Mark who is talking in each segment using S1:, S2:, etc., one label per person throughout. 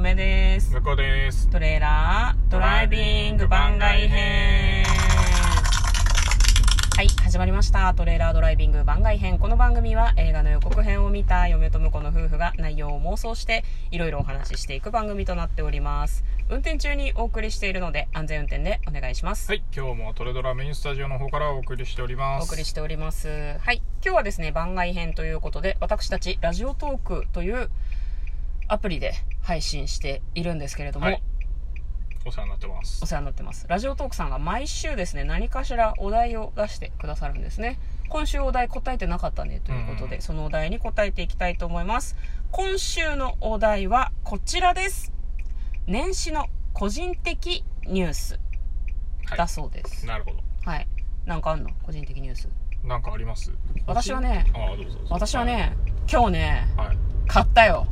S1: めです
S2: 向こうです
S1: トレーラードライビング番外編はい始まりましたトレーラードライビング番外編この番組は映画の予告編を見た嫁と婿の夫婦が内容を妄想していろいろお話ししていく番組となっております運転中にお送りしているので安全運転でお願いします、
S2: はい今日もトレドラメインスタジオの方からお送りしておりま
S1: お
S2: す
S1: 送りしておりますはい今日はですね番外編ということで私たちラジオトークというアプリで配信しているんですけれども、
S2: はいお世話になってます
S1: お世話になってますラジオトークさんが毎週ですね何かしらお題を出してくださるんですね今週お題答えてなかったねということで、
S2: うん
S1: そのお題に答えていきたいと思います今週のお題はこちらです年始の個人的ニュース
S2: はい
S1: だそうです
S2: なるほど
S1: はい、なんかあんの個人的ニュース
S2: なんかあります
S1: 私はね
S2: ああどうぞどうぞ
S1: 私はね今日ね
S2: はい
S1: 買ったよ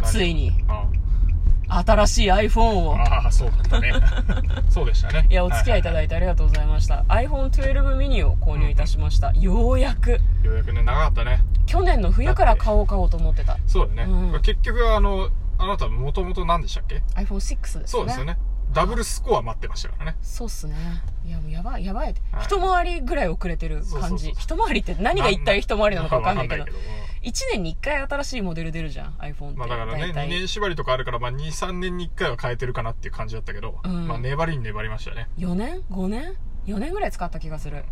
S2: 何
S1: ついに
S2: あ
S1: 新しい iPhone を
S2: ああそう だったねそうでしたね
S1: いやお付き合いいただ
S2: い
S1: いてありがとうございました、iPhone12 ミニを購入いたしました、ようやく
S2: てようやくね長かったね
S1: 去年の冬から買おう買おうと思ってた
S2: そうだよね、
S1: うん
S2: これ結局あのあなたもともと何でしたっけ
S1: iPhone6 ですね
S2: そうですよねダブルスコア待ってましたからね
S1: そうっすねいやもうやばいやばいって、
S2: はい
S1: 一回りぐらい遅れてる
S2: そうそ
S1: 感
S2: うそう
S1: じ一回りって何が一体一回りなのか分かんないけど
S2: わかんないけど
S1: 1年に1回新しいモデル出るじゃん iPhone って、
S2: まあだからね、
S1: 大体
S2: 2年縛りとかあるから、まあ2、3年に1回は変えてるかなっていう感じだったけど、
S1: うん
S2: まあ粘りに粘りましたね。
S1: 4年5年4年ぐらい使った気がする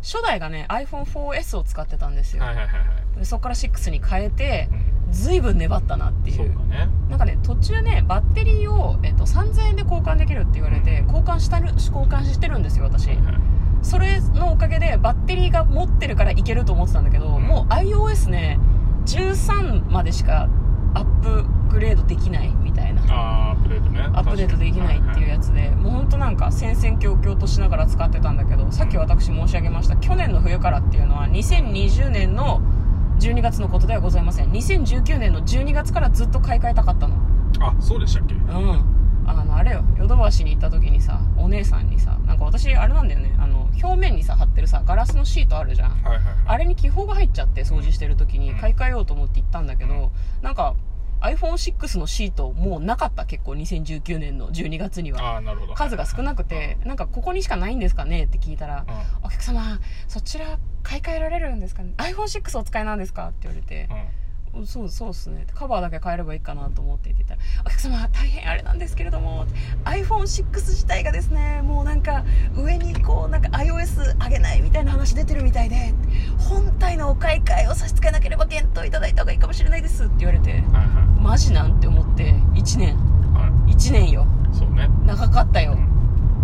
S1: 初代がね iPhone4S を使ってたんですよ、
S2: はいはいはいはい。
S1: でそこから6に変えて
S2: うん
S1: ずいぶん粘ったなってい
S2: そう
S1: う
S2: だね。
S1: なんかね途中ねバッテリーを、えっと3000円で交換できるって言われて交換したる交換してるんですよ私
S2: はいはい
S1: それのおかげでバッテリーが持ってるからいけると思ってたんだけど、
S2: うん
S1: もう iOS ね13までしかアップグレードできないみたいな
S2: あー、アップデートね。
S1: アップデートできないっていうやつでもうほんとなんか戦々恐々としながら使ってたんだけどさっき私申し上げました去年の冬からっていうのは2020年の12月のことではございません2019年の12月からずっと買い替えたかったの
S2: つ。あ、そうでしたっけ
S1: うんあのあれよヨドバシに行った時にさお姉さんにさなんか私あれなんだよねあの表面にさ貼ってるさガラスのシートあるじゃん
S2: はいはいはい。
S1: あれに気泡が入っちゃって掃除してる時に
S2: うん
S1: 買い替えようと思って行ったんだけど、
S2: う
S1: なんか iPhone6 のシートもうなかった結構2019年の12月には
S2: あー、なるほど。
S1: 数が少なくてなんかここにしかないんですかねって聞いたら
S2: うん。
S1: 「お客様そちら買い替えられるんですかね iPhone6 お使いなんですか?」って言われて
S2: うん。
S1: そうそうっすねカバーだけ変えればいいかなと思っていてたら「お客様大変あれなんですけれども iPhone6 自体がですねもうなんか上にこうなんか iOS 上げないみたいな話出てるみたいで本体のお買い替えを差し支えなければ検討いただいた方がいいかもしれないです」って言われて
S2: はいは
S1: マジなんて思って1年
S2: い。は
S1: 1年よ
S2: い。そうね。
S1: 長かったよ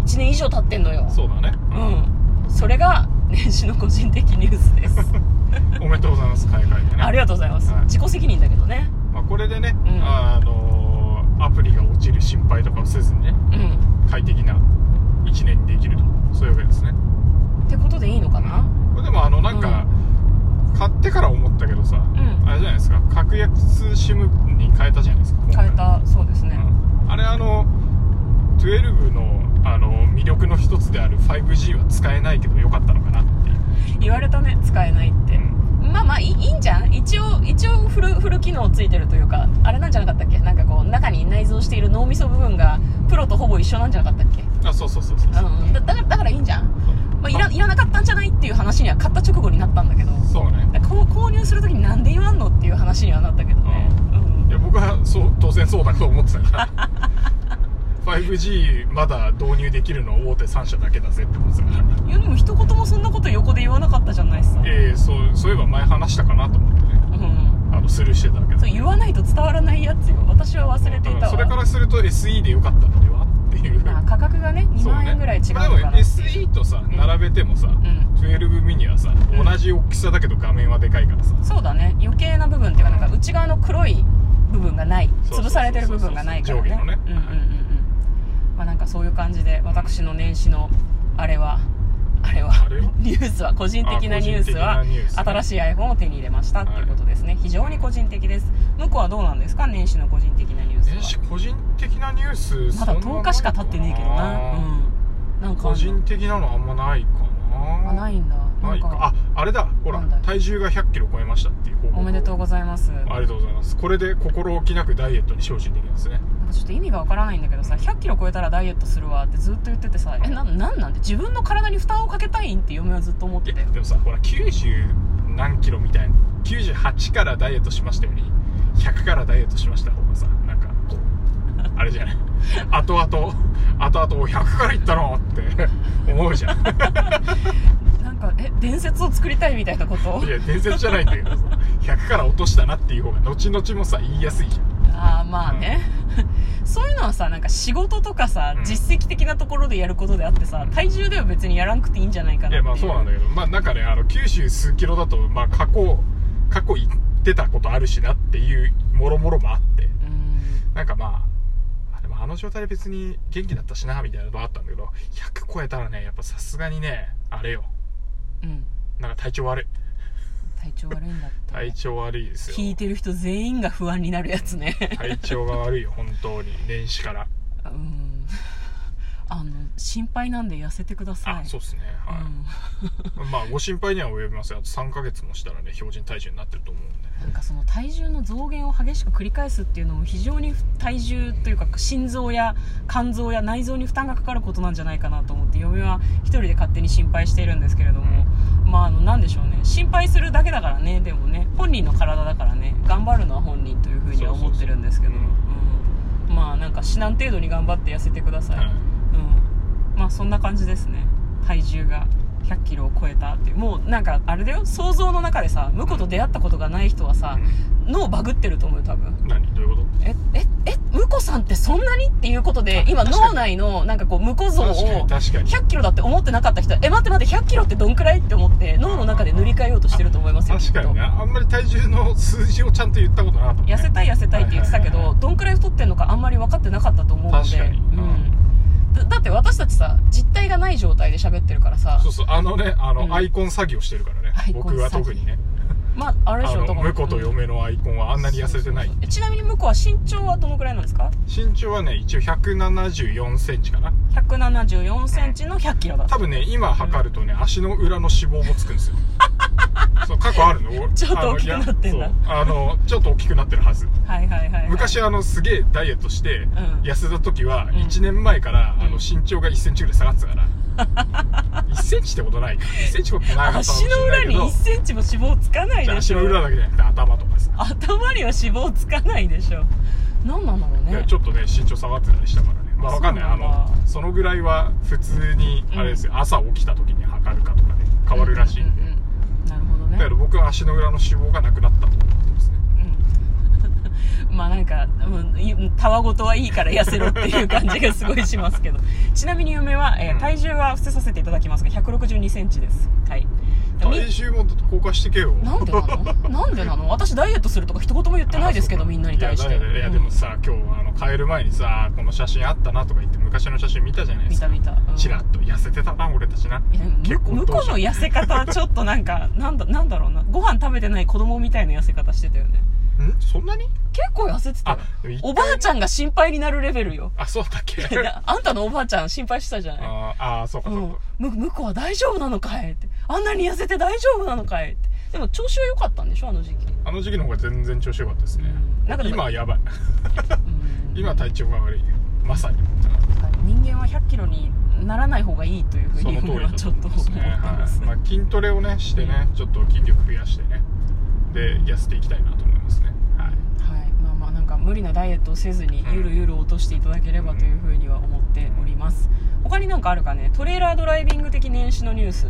S1: 1年以上経ってんのよ
S2: そうだね。
S1: う。んそれが年始の個人的ニュースです
S2: おめでとうございます、買い替えてね。
S1: ありがとうございます
S2: はい
S1: 自己責任だけどね
S2: まあこれでね、
S1: ん
S2: あのー、アプリが落ちる心配とかをせずにね、
S1: うん
S2: 快適な1年にできると。そういうわけですね。
S1: ってことでいいのかな
S2: これでもあのなんか、買ってから思ったけどさ、
S1: ん
S2: あれじゃないですか格安 SIM に変えたじゃないですか今回
S1: 変えたそうですね
S2: うんあれあの12のあの魅力の一つである 5G は使えないけどよかったのかなっていう、
S1: 言われたね使えないってまあまあいいいいんじゃん一応一応フルフル機能ついてるというかあれなんじゃなかったっけなんかこう中に内蔵している脳みそ部分がプロとほぼ一緒なんじゃなかったっけ
S2: うんあそうそうそうそうそう、
S1: うんだだからだからいいんじゃん、まあ、いらいらなかったんじゃないっていう話には買った直後になったんだけど
S2: そうね
S1: だからこう購入するときになんで言わんのっていう話にはなったけどねうん
S2: いや僕はそう当然そうだと思ってたから 5G まだ導入できるの大手3社だけだぜって思ってたから
S1: いやでも一言もそんなこと横で言わなかったじゃないっすか、
S2: ええそうそういえば前話したかなと思ってね
S1: うん、
S2: あのスルーしてたけど
S1: そう言わないと伝わらないやつよ私は忘れていたわ
S2: それからすると SE でよかったのではっていう
S1: まあ価格がね2
S2: そう
S1: 万
S2: ね
S1: 円ぐらい違うの
S2: ま
S1: か
S2: あ
S1: な
S2: でも
S1: っていう
S2: SE とさ並べてもさ、
S1: うん
S2: 12ミニはさ
S1: うん
S2: 同じ大きさだけど画面はでかいからさ
S1: そうだね余計な部分っていうかなんか内側の黒い部分がない
S2: そうそうそうそ
S1: 潰さ
S2: う
S1: れてる部分がないからね
S2: 上下のね
S1: うんうんうんうんまあなんかそういう感じで私の年始のあれはあれは
S2: あれは
S1: ニュースは個人的な
S2: あ個
S1: ニュー
S2: 人
S1: ス
S2: 的な
S1: は
S2: ニュースね
S1: 新しい iPhone を手に入れましたっていうことですね非常に個人的です向こうはどうなんですか年始の個人的なニュー
S2: 年
S1: ス
S2: 始
S1: は
S2: 個人的なニュース
S1: まだ10日しか経ってねえけどな
S2: そん
S1: う
S2: な
S1: んなんかあんの
S2: 個人的なのあんまないかな
S1: あないんだな
S2: なんいか
S1: か
S2: ああれだほら
S1: なんだ
S2: 体重が1 0 0キロ超えましたっていう報告
S1: おめでとう
S2: う
S1: ございます
S2: ありがとうございますこれで心置きなくダイエットに精進できますね
S1: なんかちょっと意味がわからないんだけどさ100キロ超えたらダイエットするわってずっと言っててさえななんなんで自分の体に負担をかけたいんって嫁はずっと思ってたよ
S2: でもさほら90何キロみたいな98からダイエットしましたより100からダイエットしました方がさなんかこうあれじゃない後々後々お100からいったのって思うじゃん
S1: なんかえ伝説を作りたいみたいなこと
S2: いや伝説じゃないんだけどさ100から落としたなっていう方が後々もさ言いやすいじゃん
S1: ああまあね、そういうのはさなんか仕事とかさ、
S2: うん
S1: 実績的なところでやることであってさ体重では別にやらなくていいんじゃないかなって
S2: いやまあそうなんだけどまあなんかねあの90数キロだとまあ過去過去行ってたことあるしなっていうもろもろもあって
S1: うん
S2: なんかまああでもあの状態で別に元気だったしなみたいなのがあったんだけど100超えたらねやっぱさすがにねあれよ
S1: うん
S2: なんか体調悪い
S1: 体調悪いんだって
S2: 体調悪いです
S1: 聞い
S2: よ
S1: てる人全員が不安になるやつね
S2: 体調が悪いよ本当に年始から
S1: うんあの心配なんで痩せてください
S2: あそう
S1: う、
S2: っすねはい、
S1: ん、
S2: まあご心配には及びますよあと3ヶ月もしたらね標準体重になってると思うんで
S1: なんかその体重の増減を激しく繰り返すっていうのも非常に体重というか心臓や肝臓や内臓に負担がかかることなんじゃないかなと思って嫁は一人で勝手に心配しているんですけれども、まああのなんでしょうね心配するだけだからねでもね本人の体だからね頑張るのは本人というふうには思ってるんですけど
S2: そうそう
S1: うんまあなんか死なん程度に頑張って痩せてください、
S2: はい
S1: うん、まあそんな感じですね体重が1 0 0キロを超えたっていうもうなんかあれだよ想像の中でさ向こうと出会ったことがない人はさ脳バグってると思うよ多分
S2: 何どういうこ
S1: えええ向こさんってそんなにっていうことで今
S2: 確かに
S1: 脳内のなんかこう向こう像
S2: と
S1: を
S2: 確かに確かに
S1: 100キロだって思ってなかった人はえ待って待って100キロってどんくらいって思って脳の中で塗り替えようとしてると思いますよ
S2: 確かに
S1: きっ
S2: ねあんまり体重の数字をちゃんと言ったことなかったもん
S1: と
S2: ね
S1: 痩せたい痩せたいって言ってたけど、
S2: はいはいはい
S1: どんくらい太ってんのかあんまり分かってなかったと思うので
S2: 確かに
S1: うん、だだって私たちさ実体がない状態で喋ってるからさ
S2: そうそうあのねあの、
S1: うん
S2: アイコン作業してるからね
S1: アイコン
S2: 僕は特にね
S1: まああれで
S2: あ
S1: しょ
S2: の
S1: だから
S2: 婿と嫁のアイコンはあんなに痩せてない
S1: そうそうそうえちなみに向こうは身長はどのくらいなんですか
S2: 身長はね一応1 7 4センチかな
S1: 1 7 4センチの1 0 0キロだった
S2: 多分ね今測るとね、足の裏の脂肪もつくん ですよそう過去あるの俺
S1: ちょっと大きくなってんだ
S2: あのいやそうあのちょっと大きくなってるはず
S1: はいはいはい、はい、
S2: 昔あのすげえダイエットして
S1: ん
S2: 痩せた時は
S1: ん
S2: 1年前からあの身長が1センチぐらい下がってたから 1センチってことないか1センチってなかったかも
S1: 足
S2: し
S1: の
S2: れな
S1: 裏
S2: いけ
S1: に1
S2: ど
S1: センチも脂肪つかない
S2: じゃあ
S1: でし
S2: 足
S1: ょ
S2: の裏だけじゃなくて頭とかさ
S1: 頭には脂肪つかないでしょ何なんだろう
S2: いや
S1: ね
S2: ちょっとね身長下がってたりしたからねまあわかんない
S1: そうな
S2: あ
S1: んだ
S2: のそのぐらいは普通にあれですよ、朝起きた時に測るかとかね変わるらしいんで、
S1: うんうんうんなるほどね
S2: だけど僕は足の裏の脂肪がなくなったと思ってますね
S1: うん まあなんかうんいたわごとはいいから痩せろっていう感じがすごいしますけど ちなみに嫁は、えー
S2: うん
S1: 体重は伏せさせていただきますが1 6 2センチですはいみ
S2: 体重も公開してけよ
S1: なんでなのなんでなの私ダイエットするとか一言も言ってないですけどみんなに対して
S2: いやだよねいやでもさ、今日あの帰る前にさこの写真あったなとか言って昔の写真見たじゃな
S1: う
S2: い
S1: ん
S2: で
S1: 見
S2: すか
S1: た見た、うん
S2: チラッと痩せてたな俺たちない
S1: や
S2: 結構
S1: む向こう
S2: ど
S1: の
S2: うし
S1: 痩せ方はちょっとなんか なんだなんだろうなご飯食べてない子供みたいな痩せ方してたよね
S2: んそんなに
S1: 結構痩せてたよ
S2: あでも一回
S1: おばあちゃんが心配になるレベ ルよ
S2: あそうだっけ
S1: あんたのおばあちゃん心配してたじゃない
S2: あーあーそうかそううか、
S1: ん、む向こうは大丈夫なのかいってあんなに痩せて大丈夫なのかいってでも調子は良かったんでしょあの時期、
S2: あの時期の方が全然調子良かったですね、
S1: うんなんかでも
S2: 今はやばい
S1: うん
S2: 今体調が悪いまさに
S1: 人間は1 0 0キロにならない方がいいというふう
S2: そ
S1: に
S2: の通り
S1: 僕
S2: だ
S1: は
S2: と
S1: ちょっ
S2: 思い
S1: と
S2: ま
S1: 思っ
S2: す
S1: て
S2: ね、
S1: ま
S2: は
S1: す
S2: いま
S1: ね
S2: あ、筋トレをねしてねちょっと筋力増やしてねで痩せていきたいなと思いますねはい
S1: はいまあまあなんか無理なダイエットをせずに
S2: うん
S1: ゆるゆる落としていただければというふうには思っております他になんかあるかねトレーラードライビング的年始のニュース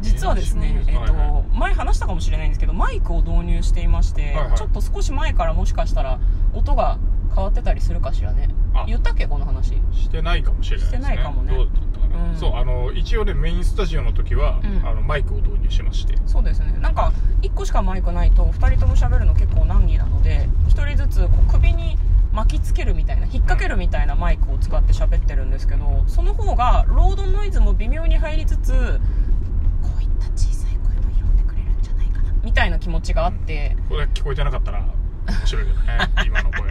S1: 実はですね、え
S2: 年始の
S1: っ
S2: ニュース
S1: と
S2: はいは
S1: 前話したかもしれないんですけどマイクを導入していまして、
S2: はいはい
S1: ちょっと少し前からもしかしたら音が変わってたりするかしらね
S2: あ
S1: 言ったっけこの話
S2: してないかもしれないですね
S1: してないかもね
S2: どうだったかな、
S1: うん
S2: そうあの一応ねメインスタジオの時は、
S1: うん
S2: あのマイクを導入しまして
S1: そうですねなんか1個しかマイクないと2人とも喋るの結構難儀なので1人ずつこう首に巻きつけるみたいな引っ掛けるみたいなマイクを使って喋ってるんですけどその方がロードノイズも微妙に入りつつこういった小さい声も拾ってくれるんじゃないかなみたいな気持ちがあって、
S2: これ聞こえてなかったら面白いけど ね今の声ね、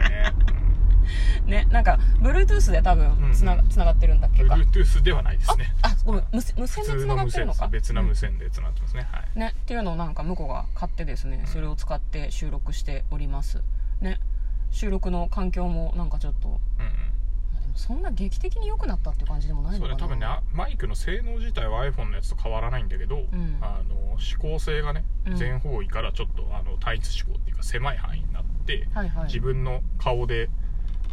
S1: ねなんか Bluetooth で多分つな,、
S2: うんうん
S1: つながってるんだっ
S2: う
S1: け
S2: ん、
S1: か
S2: Bluetooth ではないですね
S1: あごめん無線無線でつながってるの
S2: です
S1: か
S2: 別な無線でつながってますね、はい
S1: ね、っていうのをなんか向こうが買ってですねそれを使って収録しておりますね収録の環境もなんかちょっと、
S2: うんうん
S1: まあ、でもそんな劇的に良くなったっていう感じでもない
S2: そ
S1: のか
S2: れ
S1: な
S2: 多分ねあマイクの性能自体は iPhone のやつと変わらないんだけど、
S1: ん
S2: あの指向性がね、
S1: うん
S2: 全方位からちょっとあの単一指向っていうか狭い範囲になって、
S1: はいはい
S2: 自分の顔で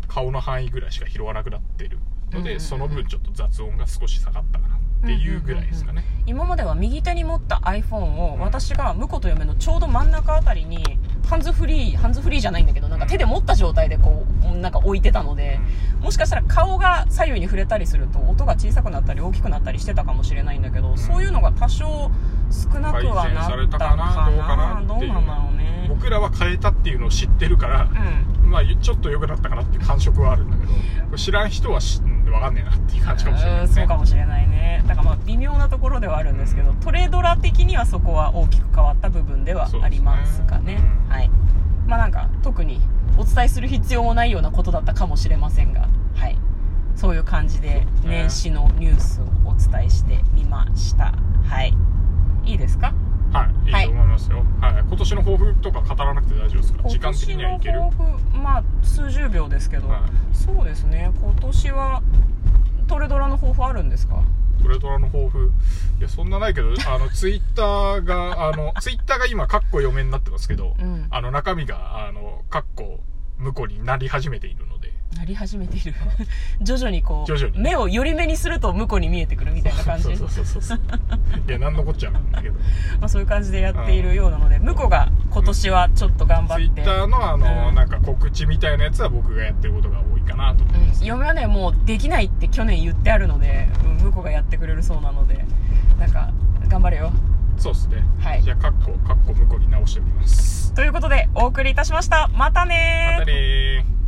S2: 顔の範囲ぐらいしか拾わなくなってる
S1: う
S2: ので、
S1: んうんうん
S2: その分ちょっと雑音が少し下がったかなっていうぐらいですかね、
S1: 今までは右手に持った iPhone を
S2: うん
S1: 私が婿と嫁のちょうど真ん中あたりにハンズフリーハンズフリーじゃないんだけどなんか手で持った状態でこうなんか置いてたのでもしかしたら顔が左右に触れたりすると音が小さくなったり大きくなったりしてたかもしれないんだけど、
S2: ん
S1: そういうのが多少少なくはな
S2: 改善され
S1: ったたか
S2: かな
S1: な
S2: ど
S1: ど
S2: うかなって
S1: う
S2: いう
S1: なんだろう
S2: うん
S1: ね
S2: 僕らは変えたっていうのを知ってるから、まあちょっと良くなったかなっていう感触はあるんだけどこれ知らん人は知分かんねえなっていう感じかもしれない
S1: うん
S2: です
S1: そ
S2: ね
S1: うかもしれないねだからまあ微妙なところではあるんですけどトレードラー的にはそこは大きく変わった部分ではありますかね
S2: そうですねうん
S1: はいまあなんか特にお伝えする必要もないようなことだったかもしれませんがはいそういう感じで
S2: そうですね
S1: 年始のニュースをお伝えしてみましたはいいいですか
S2: はい、いいと思いますよ、はい今年の抱負とか語らなくて大丈夫ですか時間的にはいける
S1: 今年の抱負まあ数十秒ですけど、
S2: は
S1: そうですね今年はトレドラの抱負あるんですか
S2: トレドラの抱負いやそんなない けどあのツイッターがあのツイッターが今カッコ嫁になってますけど、
S1: うん
S2: あの中身があのカッコ婿になり始めているので
S1: なり始めている 徐々にこう
S2: 徐々に
S1: 目をより目にすると向こうに見えてくるみたいな感じ
S2: そうそうそうそ うそういや何のこっちゃなんだけど
S1: まあ、そういう感じでやっているようなので向こうが今年はちょっと頑
S2: ツ
S1: 張
S2: イ
S1: っ
S2: ッ
S1: て
S2: ターのあの、
S1: うん
S2: なんか告知みたいなやつは僕がやってることが多いかなと思います、
S1: うん、嫁はねもうできないって去年言ってあるので、うん、向こうがやってくれるそうなのでなんか頑張れよ
S2: そうですね、
S1: はい
S2: じゃあカッコカッコ婿に直しておきます
S1: ということでお送りいたしましたまたねー
S2: またねー